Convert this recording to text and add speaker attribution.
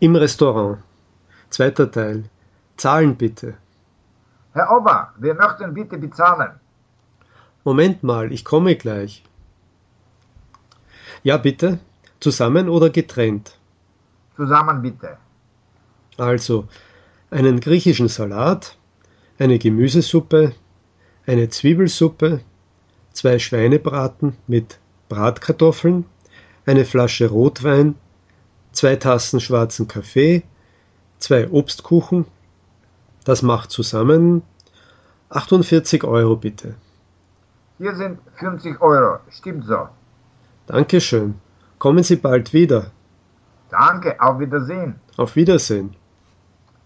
Speaker 1: Im Restaurant. Zweiter Teil. Zahlen bitte.
Speaker 2: Herr Ober, wir möchten bitte bezahlen.
Speaker 1: Moment mal, ich komme gleich. Ja, bitte. Zusammen oder getrennt?
Speaker 2: Zusammen bitte.
Speaker 1: Also, einen griechischen Salat, eine Gemüsesuppe, eine Zwiebelsuppe, zwei Schweinebraten mit Bratkartoffeln, eine Flasche Rotwein, zwei Tassen schwarzen Kaffee, zwei Obstkuchen. Das macht zusammen 48 Euro bitte.
Speaker 2: Hier sind 50 Euro. Stimmt so.
Speaker 1: Dankeschön. Kommen Sie bald wieder.
Speaker 2: Danke, auf Wiedersehen.
Speaker 1: Auf Wiedersehen.